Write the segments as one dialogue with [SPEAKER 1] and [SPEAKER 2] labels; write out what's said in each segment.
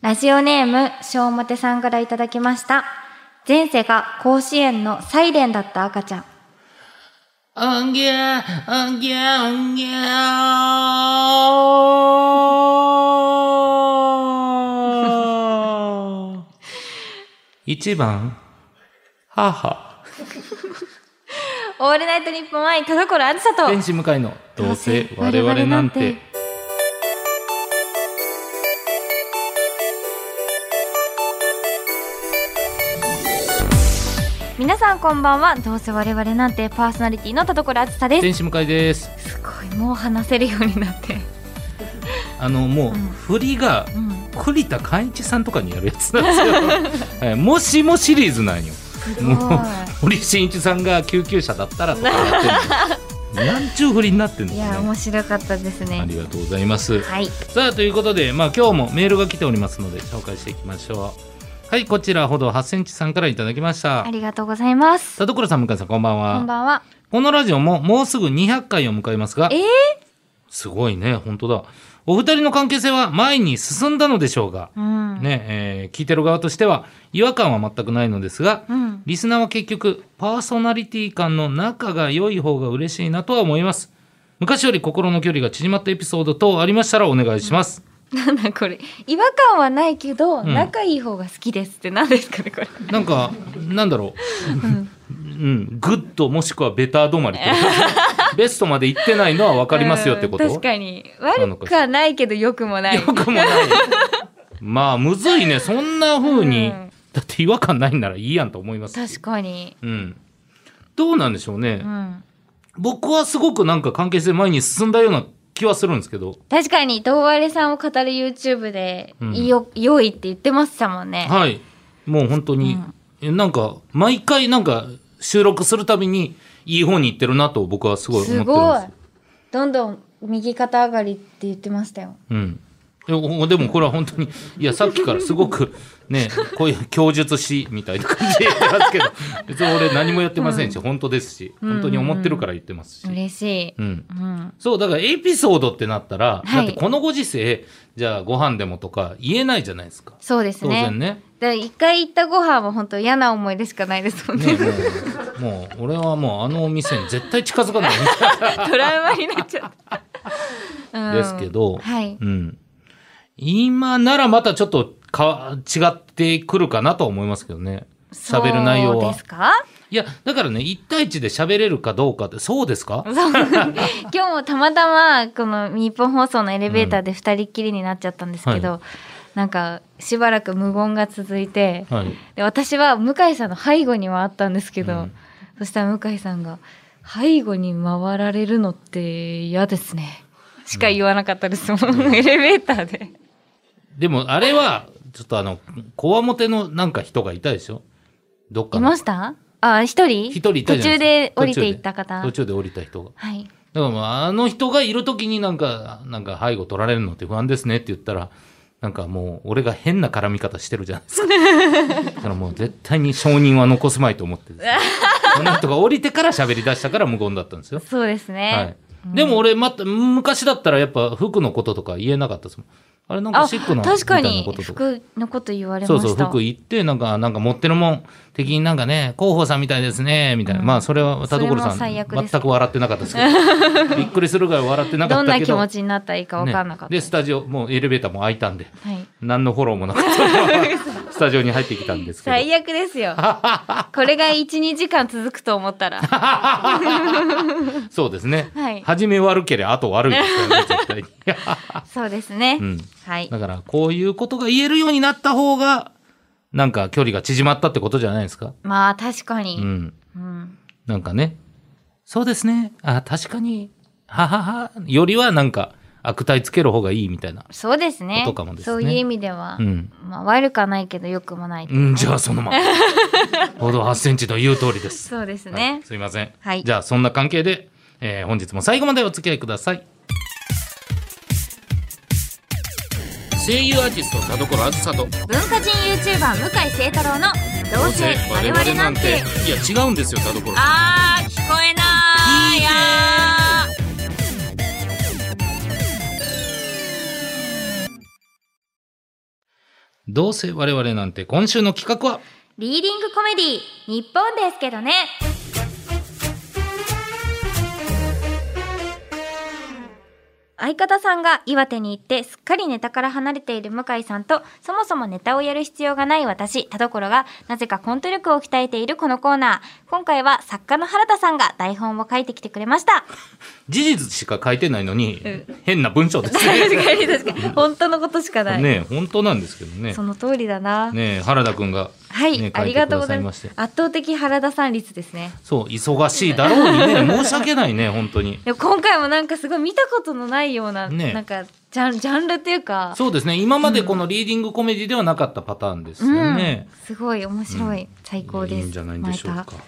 [SPEAKER 1] ラジオネーム、小表さんからいただきました。前世が甲子園のサイレンだった赤ちゃん。
[SPEAKER 2] あんぎゃー、あんぎゃー、あんぎゃー。一番、母、
[SPEAKER 1] オールナイトニッポン愛、田所あずさと。
[SPEAKER 2] 天使向かいの、どうせ我々なんて。
[SPEAKER 1] 皆さんこんばんは。どうせ我々なんてパーソナリティの田所あずさで
[SPEAKER 2] 天使向かいです。
[SPEAKER 1] す。すごい、もう話せるようになって。
[SPEAKER 2] あの、もう、
[SPEAKER 1] うん
[SPEAKER 2] 振りが、
[SPEAKER 1] うん。
[SPEAKER 2] 栗田寛一さんとかにやるやつなんですよ。 はいもしもシリーズなんよ。
[SPEAKER 1] すごい。
[SPEAKER 2] もう、堀真一さんが救急車だったらとかやってんの なんちゅう振りになってんの
[SPEAKER 1] い
[SPEAKER 2] ね。
[SPEAKER 1] や、面白かったです
[SPEAKER 2] あ
[SPEAKER 1] ね。
[SPEAKER 2] りがとうございます。
[SPEAKER 1] はい。
[SPEAKER 2] さあということで、まあ、今日もメールが来ておりますので紹介していきましょうはいこちらほど8センチさんからいただきました
[SPEAKER 1] ありがとうございます。
[SPEAKER 2] 田所さん向井さんこんばんは
[SPEAKER 1] こんばんは。
[SPEAKER 2] このラジオももうすぐ200回を迎えますが
[SPEAKER 1] えー
[SPEAKER 2] すごいね本当だお二人の関係性は前に進んだのでしょうが、
[SPEAKER 1] うん。
[SPEAKER 2] ねえー聞いてる側としては違和感は全くないのですが
[SPEAKER 1] うん。
[SPEAKER 2] リスナーは結局、パーソナリティ間の仲が良い方が嬉しいなとは思います。昔より心の距離が縮まったエピソード等ありましたらお願いします。
[SPEAKER 1] なんだこれ違和感はないけど、
[SPEAKER 2] ん
[SPEAKER 1] 仲いい方が好きですって何ですかねこれ
[SPEAKER 2] なんか、なんだろう。うん、グッドもしくはベター止まりってこ とベストまで行ってないのは分かりますよってこと
[SPEAKER 1] うん
[SPEAKER 2] よ
[SPEAKER 1] 確かに悪くはないけど良くもない
[SPEAKER 2] くもない。まあ、むずいね。そんな風に。
[SPEAKER 1] うん
[SPEAKER 2] だって違和感ないんならいいやんと思います。
[SPEAKER 1] 確かに
[SPEAKER 2] うん。どうなんでしょうね
[SPEAKER 1] う。ん
[SPEAKER 2] 僕はすごくなんか関係性前に進んだような気はするんですけど。
[SPEAKER 1] 確かに東割れさんを語る YouTube で、
[SPEAKER 2] うん
[SPEAKER 1] いいよ良いって言ってましたもんね
[SPEAKER 2] はい。もう本当に、えなんか、毎回なんか、収録するたびに、いい方に行ってるなと僕はすごい思ってる
[SPEAKER 1] す
[SPEAKER 2] んです
[SPEAKER 1] ごい
[SPEAKER 2] よ。
[SPEAKER 1] どんどん右肩上がりって言ってましたよ
[SPEAKER 2] うん。でもでもこれは本当に、いや、さっきからすごく、ね、こういう供述し、みたいな感じで言ってますけど、別に俺何もやってませんし、本当ですし、本当に思ってるから言ってますし。
[SPEAKER 1] 嬉しい
[SPEAKER 2] うん。
[SPEAKER 1] うん
[SPEAKER 2] そう、だからエピソードってなったら、
[SPEAKER 1] はい
[SPEAKER 2] だってこのご時世、じゃあご飯でもとか言えないじゃないですか。
[SPEAKER 1] そうです
[SPEAKER 2] 当
[SPEAKER 1] ね
[SPEAKER 2] 然ね。
[SPEAKER 1] で一回行ったご飯は本当嫌な思い出しかないですもんね
[SPEAKER 2] ねもう、 もう俺はもうあのお店に絶対近づかない。
[SPEAKER 1] トラウマになっちゃった、うん
[SPEAKER 2] ですけど
[SPEAKER 1] はい
[SPEAKER 2] うん。今ならまたちょっとか違ってくるかなとは思いますけどね。喋る内容
[SPEAKER 1] そう
[SPEAKER 2] は
[SPEAKER 1] です。か
[SPEAKER 2] いや、だからね、一対一で喋れるかどうかって、そうですか
[SPEAKER 1] そう 今日もたまたまこの日本放送のエレベーターで二人っきりになっちゃったんですけど、
[SPEAKER 2] は
[SPEAKER 1] なんかしばらく無言が続いて、
[SPEAKER 2] はい。
[SPEAKER 1] で私は向井さんの背後にはあったんですけど、
[SPEAKER 2] うん
[SPEAKER 1] そしたら向井さんが「背後に回られるのって嫌ですね」しか言わなかったですもん、 エレベーターで。
[SPEAKER 2] でも、あれは、ちょっとあの、こわもてのなんか人がいたでしょどっか
[SPEAKER 1] い
[SPEAKER 2] の
[SPEAKER 1] ま。したあ一人
[SPEAKER 2] 一人いた
[SPEAKER 1] 途
[SPEAKER 2] じゃ
[SPEAKER 1] 中
[SPEAKER 2] ないで
[SPEAKER 1] です
[SPEAKER 2] か。
[SPEAKER 1] 降りていった方
[SPEAKER 2] 途中で途中で降りた人が。
[SPEAKER 1] はい
[SPEAKER 2] だからもうあの人がいる時になんか、なんか背後取られるのって不安ですねって言ったら、なんかもう俺が変な絡み方してるじゃないです か。だからもう絶対に証人は残すまいと思ってですねその人が降りてから喋り出したから無言だったんですよ。
[SPEAKER 1] そうです
[SPEAKER 2] はい
[SPEAKER 1] ね、。
[SPEAKER 2] でも俺、また、昔だったらやっぱ服のこととか言えなかったですもん。あれなんか
[SPEAKER 1] あ
[SPEAKER 2] シックなみ
[SPEAKER 1] 確
[SPEAKER 2] た
[SPEAKER 1] か
[SPEAKER 2] いな
[SPEAKER 1] に
[SPEAKER 2] こととか。
[SPEAKER 1] 服のこと言われまし
[SPEAKER 2] そう
[SPEAKER 1] た
[SPEAKER 2] そう、服行って、なんか、なんか持ってるもん、的になんかね、広報さんみたいですね、みたいな。
[SPEAKER 1] うん
[SPEAKER 2] まあ、それは、田所
[SPEAKER 1] それ
[SPEAKER 2] さ
[SPEAKER 1] も
[SPEAKER 2] ん、
[SPEAKER 1] 最悪です
[SPEAKER 2] 全く笑ってなかったですけ ど、びっくりするぐらい笑ってなか
[SPEAKER 1] ど
[SPEAKER 2] っ
[SPEAKER 1] ん
[SPEAKER 2] た
[SPEAKER 1] な
[SPEAKER 2] けど。
[SPEAKER 1] 気持ちになったらいいか分かんなかったで
[SPEAKER 2] ねで、
[SPEAKER 1] す、
[SPEAKER 2] スタジオ、もうエレベーターも開いたんで、
[SPEAKER 1] はい、
[SPEAKER 2] 何のフォローもなかった スタジオに入ってきたんですけど。
[SPEAKER 1] 最悪です よこれが12時間続くと思ったら
[SPEAKER 2] そうですね。
[SPEAKER 1] はい
[SPEAKER 2] 初め悪ければ、あと悪いです からね、絶対に。
[SPEAKER 1] そうですね、
[SPEAKER 2] うん
[SPEAKER 1] はい
[SPEAKER 2] だから、こういうことが言えるようになった方が、なんか距離が縮まったってことじゃないですか。
[SPEAKER 1] まあ確か
[SPEAKER 2] う
[SPEAKER 1] に、
[SPEAKER 2] ん。
[SPEAKER 1] うん
[SPEAKER 2] なんかね。そうですね。あ、確かに。ははは。よりはなんか、悪態つける方がいいみたいな。
[SPEAKER 1] そうですね
[SPEAKER 2] ことかもですね
[SPEAKER 1] そういう意味では、
[SPEAKER 2] うん。
[SPEAKER 1] まあ、悪くはないけど良くもない、
[SPEAKER 2] うん、じゃあその まま。報道8センチの言う通りです。
[SPEAKER 1] そうです
[SPEAKER 2] は
[SPEAKER 1] ね
[SPEAKER 2] い、すいません。
[SPEAKER 1] はい
[SPEAKER 2] じゃあそんな関係で、えー本日も最後までお付き合いください。声優アーティスト田所あずさと
[SPEAKER 1] 文化人 YouTuber 向井聖太郎の「どうせ我々なんて
[SPEAKER 2] いや違うんですよ田所」さん
[SPEAKER 1] あー聞こえないやー
[SPEAKER 2] どうせ我々なんて今週の企画は
[SPEAKER 1] リーディングコメディ日本ですけどね相方さんが岩手に行ってすっかりネタから離れている向井さんとそもそもネタをやる必要がない私田所がなぜかコント力を鍛えているこのコーナー今回は作家の原田さんが台本を書いてきてくれました
[SPEAKER 2] 事実しか書いてないのに
[SPEAKER 3] う
[SPEAKER 2] 変な文章ですね。
[SPEAKER 3] 確かに確 かに本当のことしか ない、
[SPEAKER 2] ねえ本当なんですけどね
[SPEAKER 3] そ。の通りだな、
[SPEAKER 2] ねえ原田くんが、ね、
[SPEAKER 3] はい、
[SPEAKER 2] 書いて
[SPEAKER 3] ありがとうござい
[SPEAKER 2] くだ
[SPEAKER 3] ま
[SPEAKER 2] さ
[SPEAKER 3] す
[SPEAKER 2] いまして。
[SPEAKER 3] 圧倒的原田さん率ですね
[SPEAKER 2] そう忙しいだろうに ね申し訳ないね本当に。
[SPEAKER 3] でも今回もなんかすごい見たことのないような、
[SPEAKER 2] ね
[SPEAKER 3] なんかジャンジャンルっていうか
[SPEAKER 2] そうですね今までこのリーディングコメディではなかったパターンですよね。
[SPEAKER 3] うん、すごい面白い、
[SPEAKER 2] うん
[SPEAKER 3] 最高です
[SPEAKER 2] いいんじゃないでしょう
[SPEAKER 3] ま
[SPEAKER 2] か
[SPEAKER 3] た。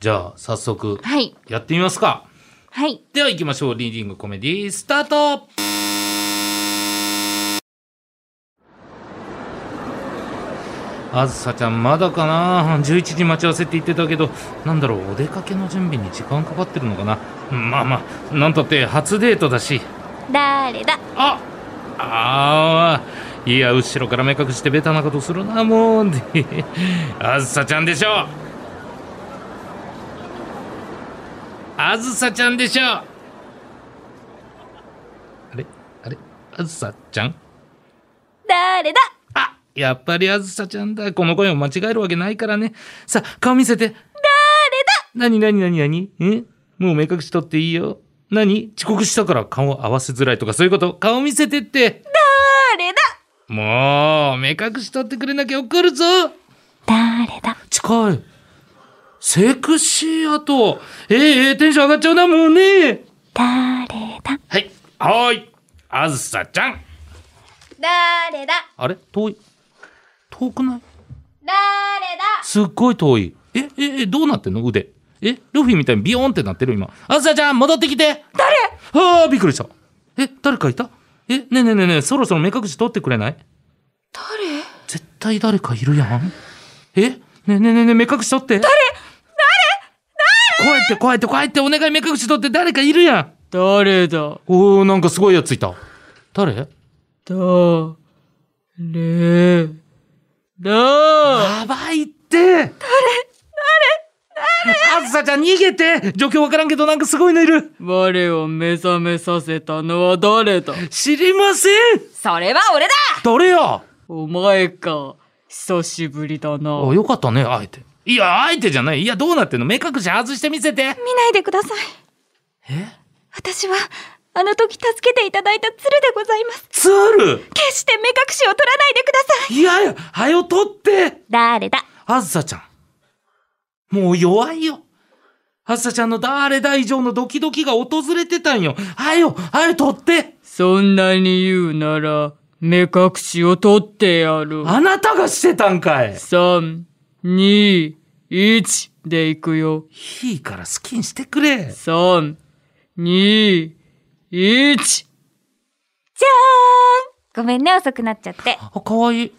[SPEAKER 2] じゃあ早速
[SPEAKER 3] はい
[SPEAKER 2] やってみますか。
[SPEAKER 3] はい
[SPEAKER 2] では行きましょうリーディングコメディスタートあずさちゃんまだかな11時待ち合わせって言ってたけどなんだろうお出かけの準備に時間かかってるのかなまあまあなんたって初デートだし
[SPEAKER 1] 誰だ
[SPEAKER 2] あああいや後ろから目隠してベタなことするなもうであずさちゃんでしょあずさちゃんでしょあれあれあずさちゃん
[SPEAKER 1] 誰だ
[SPEAKER 2] あやっぱりあずさちゃんだこの声を間違えるわけないからねさあ顔見せて誰だなになになになにえもう目隠しとっていいよ何遅刻したから顔合わせづらいとかそういうこと顔見せてって
[SPEAKER 1] 誰だ
[SPEAKER 2] もう、目隠し取ってくれなきゃ怒るぞ
[SPEAKER 1] 誰だ
[SPEAKER 2] 近い。セクシーあと、ええええテンション上がっちゃうな、もうね。
[SPEAKER 1] 誰だ
[SPEAKER 2] はい。はーい。あずさちゃん。
[SPEAKER 1] 誰だ
[SPEAKER 2] あれ遠い。遠くない
[SPEAKER 1] 誰だ
[SPEAKER 2] すっごい遠い。え、え、え、どうなってんの腕。え、ルフィみたいにビヨーンってなってる今。あずさちゃん、戻ってきて誰ああ、びっくりした。え、誰かいたえ、ねえねえねえねえ、そろそろ目隠し取ってくれない
[SPEAKER 1] 誰
[SPEAKER 2] 絶対誰かいるやん。えねえねえねえねえ目隠し取って。誰誰誰こうやってこうやってこうやってお願い目隠し取って誰かいるやん。
[SPEAKER 3] 誰だ
[SPEAKER 2] おおなんかすごいやついた。誰
[SPEAKER 3] だれだ
[SPEAKER 2] やばいって誰誰誰あずさちゃん逃げて状況わからんけどなんかすごいのいる
[SPEAKER 3] 我を目覚めさせたのは誰だ
[SPEAKER 2] 知りません
[SPEAKER 1] それは俺だ
[SPEAKER 2] 誰や
[SPEAKER 3] お前か久しぶりだな
[SPEAKER 2] あ、よかったね、あえて。いや、あえてじゃない。いや、どうなってんの目隠し外してみせて。
[SPEAKER 1] 見ないでください
[SPEAKER 2] え
[SPEAKER 1] 私はあの時助けていただいた鶴でございます
[SPEAKER 2] ツール
[SPEAKER 1] 決して目隠しを取らないでください
[SPEAKER 2] いやいや、はよ取って
[SPEAKER 1] 誰だ
[SPEAKER 2] あずさちゃん。もう弱いよ。あずさちゃんの誰だ以上のドキドキが訪れてたんよ。はよ、はよ、取って。
[SPEAKER 3] そんなに言うなら目隠しを取ってやる
[SPEAKER 2] あなたがしてたんかい。
[SPEAKER 3] 三、二、一でいくよ。
[SPEAKER 2] いいからスキンしてくれ。
[SPEAKER 3] 三、二、一。
[SPEAKER 1] じゃーんごめんね遅くなっちゃって
[SPEAKER 2] あ、かわいい。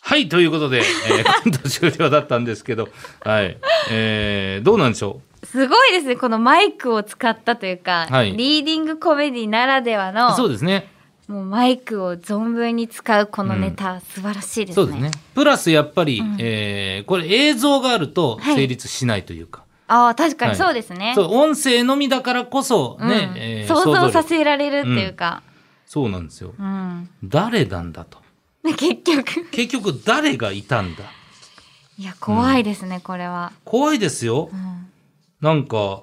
[SPEAKER 2] はい、ということで、 えー、今度終了だったんですけど、はい。えー、どうなんでしょ
[SPEAKER 1] すごいですねこのマイクを使ったというか、
[SPEAKER 2] はい
[SPEAKER 1] リーディングコメディならでは
[SPEAKER 2] う
[SPEAKER 1] の
[SPEAKER 2] そうですね。
[SPEAKER 1] もうマイクを存分に使うこのネタ、素晴らしいですね
[SPEAKER 2] そうですね。プラスやっぱり、えーこれ映像があると成立しないというか。
[SPEAKER 1] ああ確かに
[SPEAKER 2] はい
[SPEAKER 1] そうですね、
[SPEAKER 2] そう音声のみだからこそ
[SPEAKER 1] うん
[SPEAKER 2] ね、えー
[SPEAKER 1] 想像さ
[SPEAKER 2] 力
[SPEAKER 1] せられるっていうか、
[SPEAKER 2] そうなんですよ、
[SPEAKER 1] うん
[SPEAKER 2] 誰なんだと
[SPEAKER 1] 結局
[SPEAKER 2] 結局誰がいたんだ
[SPEAKER 1] いや怖いですね、これは、
[SPEAKER 2] 怖いですよ、なんか、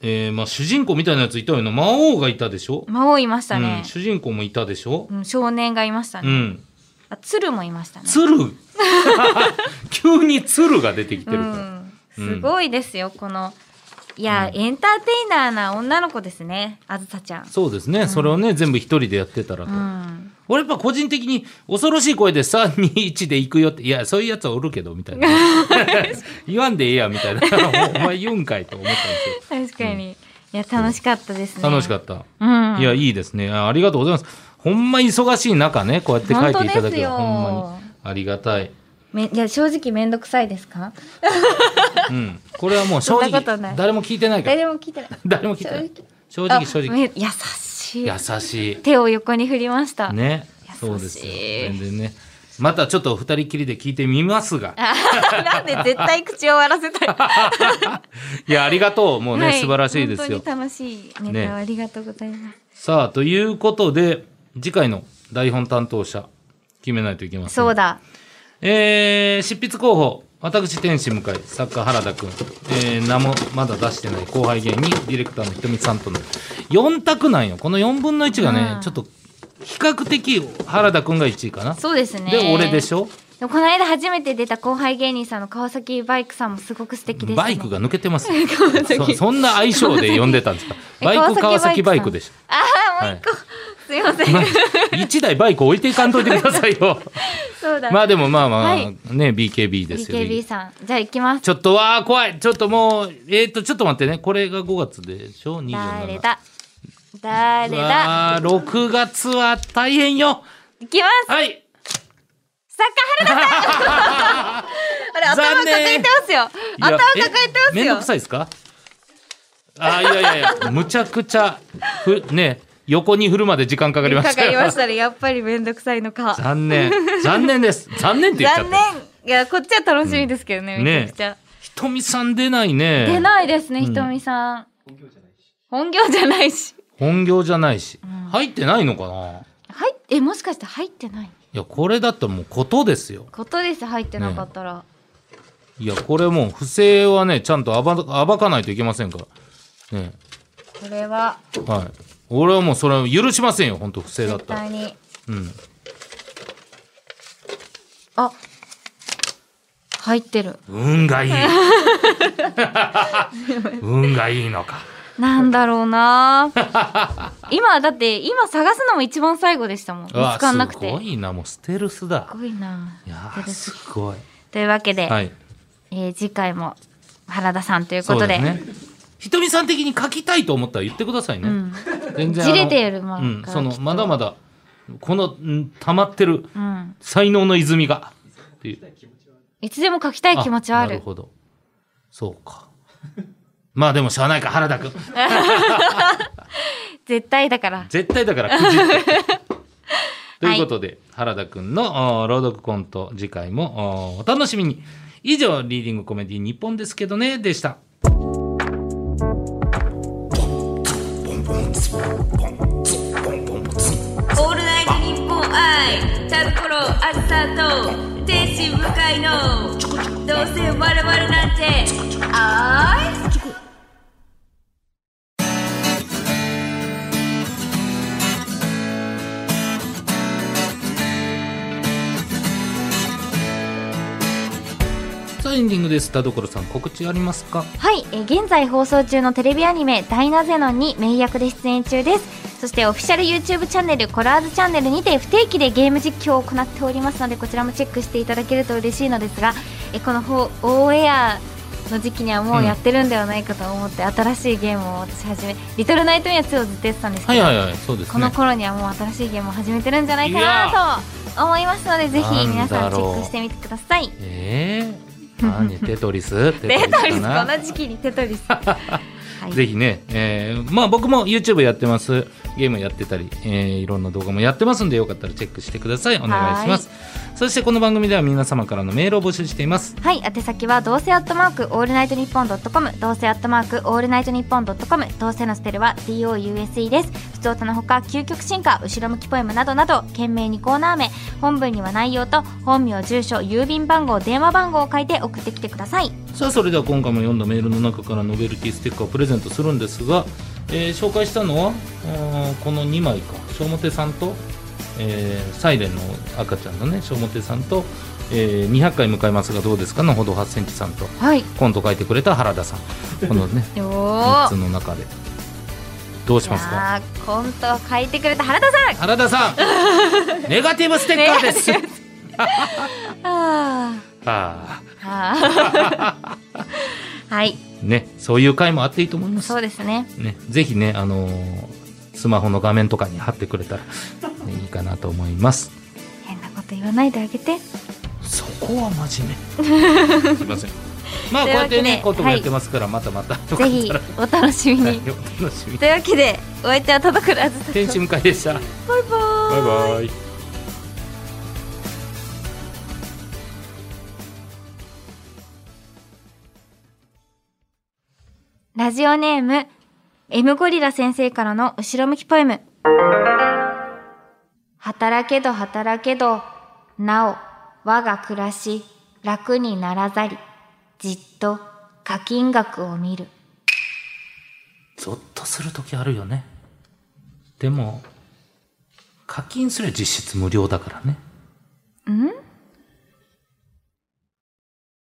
[SPEAKER 2] えーまあ、主人公みたいなやついたよな魔王がいたでしょ、
[SPEAKER 1] 魔王いましたね
[SPEAKER 2] うん、、主人公もいたでしょ、
[SPEAKER 1] うん少年がいました
[SPEAKER 2] う
[SPEAKER 1] ね、
[SPEAKER 2] ん、
[SPEAKER 1] あ鶴もいましたね
[SPEAKER 2] 鶴 急に鶴が出てきてるから、
[SPEAKER 1] う
[SPEAKER 2] うん
[SPEAKER 1] ん、すごいですよこのいや、エンターテイナーな女の子ですねあずさちゃん
[SPEAKER 2] そうですね、それをね全部一人でやってたらと、
[SPEAKER 1] うん
[SPEAKER 2] 俺やっぱ個人的に恐ろしい声で321で行くよって、いや、そういうやつはおるけど、みたいな。 言わんでええや、みたいな。 もうお前言うんかいと思ったんで
[SPEAKER 1] 確かに、いや楽しかったです
[SPEAKER 2] す
[SPEAKER 1] ね
[SPEAKER 2] よ。楽しか
[SPEAKER 1] っ
[SPEAKER 2] った。
[SPEAKER 1] たうん
[SPEAKER 2] いや、いいですね。あありがとうございます。ほんま忙しい中ね、こうやって書いていただけ
[SPEAKER 1] 本
[SPEAKER 2] る
[SPEAKER 1] 当ですよ
[SPEAKER 2] ほんまに。ありがたい。
[SPEAKER 1] めいや正直めんどくさいですか
[SPEAKER 2] うん。これはもう正
[SPEAKER 1] そんなこと
[SPEAKER 2] 直
[SPEAKER 1] な、い
[SPEAKER 2] 誰も聞いてないから。
[SPEAKER 1] 誰も聞いてない
[SPEAKER 2] 誰も聞いてない。正
[SPEAKER 1] あ
[SPEAKER 2] 直、正直。
[SPEAKER 1] め優ししい。
[SPEAKER 2] 優しい
[SPEAKER 1] 手を横に振りました。
[SPEAKER 2] ね
[SPEAKER 1] 優しい
[SPEAKER 2] そうですよ全然ねまたちょっと二人きりで聞いてみますが
[SPEAKER 1] なんで絶対口を割らせたい。
[SPEAKER 2] いやありがとう もうね、
[SPEAKER 1] はい
[SPEAKER 2] 素晴らしいですよ
[SPEAKER 1] 本当に楽しいネ
[SPEAKER 2] ね
[SPEAKER 1] タをありがとうございます。
[SPEAKER 2] さあということで次回の台本担当者決めないといけません
[SPEAKER 1] そうだ。
[SPEAKER 2] えー執筆候補私天使向井作家原田君、えー名もまだ出してない後輩芸人ディレクターのひとみさんとの4択なんよこの4分の1がね、
[SPEAKER 1] うん
[SPEAKER 2] ちょっと比較的原田君が1位かな、
[SPEAKER 1] そうですね。
[SPEAKER 2] で俺でしょ
[SPEAKER 1] でもこの間初めて出た後輩芸人さんの川崎バイクさんもすごく素敵です、ね。
[SPEAKER 2] バイクが抜け てますよ
[SPEAKER 1] 崎
[SPEAKER 2] そそんな相性で呼んでたんですか
[SPEAKER 1] え
[SPEAKER 2] バイク川
[SPEAKER 1] 川
[SPEAKER 2] 崎
[SPEAKER 1] 崎
[SPEAKER 2] バ
[SPEAKER 1] バ
[SPEAKER 2] イ
[SPEAKER 1] イ
[SPEAKER 2] ク
[SPEAKER 1] ク
[SPEAKER 2] でしょ
[SPEAKER 1] ああもう一個、すいません。
[SPEAKER 2] 1台バイク置いていかんといてください よ
[SPEAKER 1] そうだ。
[SPEAKER 2] まあでもまあまあ、
[SPEAKER 1] はい
[SPEAKER 2] ね BKB ですよ
[SPEAKER 1] BKB さんじゃあ行きます。
[SPEAKER 2] ちょっとわあ怖いちょっともうえっ、とちょっと待ってねこれが5月でしょ27
[SPEAKER 1] 誰だ誰だ
[SPEAKER 2] あ6月は大変よ
[SPEAKER 1] 行きます
[SPEAKER 2] はい
[SPEAKER 1] 作家原田さん あれ頭
[SPEAKER 2] 残念
[SPEAKER 1] 抱えてますよ
[SPEAKER 2] いや
[SPEAKER 1] 頭抱えて
[SPEAKER 2] え
[SPEAKER 1] ま
[SPEAKER 2] め
[SPEAKER 1] す
[SPEAKER 2] んど
[SPEAKER 1] よ
[SPEAKER 2] くさいですかあーいやいやいやむちゃくちゃふね横に振るまで時間かかりました
[SPEAKER 1] かかりまし
[SPEAKER 2] よ
[SPEAKER 1] たねやっぱりめんどくさいのか
[SPEAKER 2] 残念残念です残念って言っちゃっ
[SPEAKER 1] 残念
[SPEAKER 2] た
[SPEAKER 1] いやこっちは楽しみですけどね、
[SPEAKER 2] うん
[SPEAKER 1] めちゃくちゃ、
[SPEAKER 2] ひとみさん出ないね
[SPEAKER 1] 出ないですね、
[SPEAKER 2] うん
[SPEAKER 1] ひとみさん本業じゃないし
[SPEAKER 2] 本業じゃないし、
[SPEAKER 1] ん
[SPEAKER 2] 入ってないのかな
[SPEAKER 1] はいえもしかして入ってない
[SPEAKER 2] いやこれだともうことですよ
[SPEAKER 1] ことです入ってなかったら、
[SPEAKER 2] いやこれもう不正はねちゃんと暴暴かないといけませんからね
[SPEAKER 1] これは
[SPEAKER 2] はい俺はもうそれは許しませんよ本当不正だっ
[SPEAKER 1] 絶
[SPEAKER 2] たら
[SPEAKER 1] 対に
[SPEAKER 2] うん
[SPEAKER 1] あ入ってる
[SPEAKER 2] 運がいい。運がいいのか。
[SPEAKER 1] なんだろうな 今だって今探すのも一番最後でしたもん見つ
[SPEAKER 2] うわ
[SPEAKER 1] かんなくて
[SPEAKER 2] すごいな、もうステルスだ
[SPEAKER 1] す。ごいない
[SPEAKER 2] やー、すごい。
[SPEAKER 1] というわけで、
[SPEAKER 2] はい。
[SPEAKER 1] えー次回も原田さんということで
[SPEAKER 2] そうですね。ひとみさん的に書きたいと思ったら言ってくださいね。
[SPEAKER 1] うん
[SPEAKER 2] 全然。
[SPEAKER 1] じれてるま
[SPEAKER 2] まう
[SPEAKER 1] あ
[SPEAKER 2] ん、
[SPEAKER 1] から
[SPEAKER 2] そ
[SPEAKER 1] き
[SPEAKER 2] の
[SPEAKER 1] っと
[SPEAKER 2] まだまだこのん溜まってる
[SPEAKER 1] うん、
[SPEAKER 2] 才能の泉がっていう。
[SPEAKER 1] いつでも書きたい気持ちはあ
[SPEAKER 2] なる
[SPEAKER 1] る
[SPEAKER 2] ほど。そうか。 まあでもしゃあないか原田君。
[SPEAKER 1] 絶対だから
[SPEAKER 2] 絶対だからくじってということで、原田くんのお朗読コント次回もおお楽しみに以上リーディングコメディ日本ですけどねでした
[SPEAKER 4] オールナイトニッポン愛タルコロアスターと天使向かいのどうせ我々なんてあい
[SPEAKER 2] さあエンディングです田所さん告知ありますか
[SPEAKER 1] はい、えー現在放送中のテレビアニメ「ダイナゼノン」に名役で出演中ですそしてオフィシャル YouTube チャンネルコラーズチャンネルにて不定期でゲーム実況を行っておりますのでこちらもチェックしていただけると嬉しいのですがえーこのほオンエアの時期にはもうやってるんではないかと思って、新しいゲームを私始め「リトルナイトミア2」をずっとやってたんですけ
[SPEAKER 2] は
[SPEAKER 1] ど、
[SPEAKER 2] いはいはいそうです
[SPEAKER 1] この
[SPEAKER 2] ね
[SPEAKER 1] 頃にはもう新しいゲームを始めてるんじゃないかなと思いますのでぜひ皆さんチェックしてみてください
[SPEAKER 2] ええー、何テトリステ
[SPEAKER 1] テトリス
[SPEAKER 2] かな
[SPEAKER 1] この時期にテトリ スはい
[SPEAKER 2] ぜひね、えーまあ僕も YouTube やってます。ゲームやってたり、えーいろんな動画もやってますんで、よかったらチェックしてください。お願いします。そしてこの番組では皆様からのメールを募集しています。
[SPEAKER 1] はい、宛先はどうせアットマークオールナイトニッポンドットコム、どうせアットマークオールナイトニッポンドットコム、どうせのスペルは D O U S E です。普通歌のほか究極進化、後ろ向きポエムなどなど、懸命にコーナー名、本文には内容と本名、住所、郵便番号、電話番号を書いて送ってきてください。
[SPEAKER 2] さあ、それでは今回も読んだメールの中からノベルティステッカーをプレゼントするんですが、えー紹介したのは、あーこの2枚か、小モテさんと、えーサイレンの赤ちゃんのね、小モテさんと、えー200回向かいますがどうですかのほど8センチさんと、
[SPEAKER 1] はい。
[SPEAKER 2] コント書いてくれた原田さん。このね、
[SPEAKER 1] よ
[SPEAKER 2] 3つ
[SPEAKER 1] ー。
[SPEAKER 2] の中でどうし
[SPEAKER 1] い
[SPEAKER 2] ますか
[SPEAKER 1] やーコントを書いてくれた原田さん
[SPEAKER 2] 原田さ んネガティブステッカーです
[SPEAKER 1] あ
[SPEAKER 2] あ
[SPEAKER 1] ーあー はい、
[SPEAKER 2] ーねそういう回もあっていいと思います
[SPEAKER 1] そうですね。
[SPEAKER 2] ねぜひねあのースマホの画面とかに貼ってくれたら、ねいいかなと思います
[SPEAKER 1] 変なこと言わないであげて。
[SPEAKER 2] そこは真面目すいませんまあこうやってね
[SPEAKER 1] というわけで
[SPEAKER 2] こともやってますからまたまたよかった
[SPEAKER 1] ぜ
[SPEAKER 2] ら
[SPEAKER 1] ひお楽しみ
[SPEAKER 2] は
[SPEAKER 1] に
[SPEAKER 2] い、お楽しみに
[SPEAKER 1] というわけでお相手は田所あずさ
[SPEAKER 2] 天使向かいでした
[SPEAKER 1] バイバーイ
[SPEAKER 2] バイバイ
[SPEAKER 1] ラジオネーム M ゴリラ先生からの後ろ向きポエム働けど働けどなお我が暮らし楽にならざりじっと課金額を見る
[SPEAKER 2] ゾッとする時あるよねでも課金すれば実質無料だからね
[SPEAKER 1] ん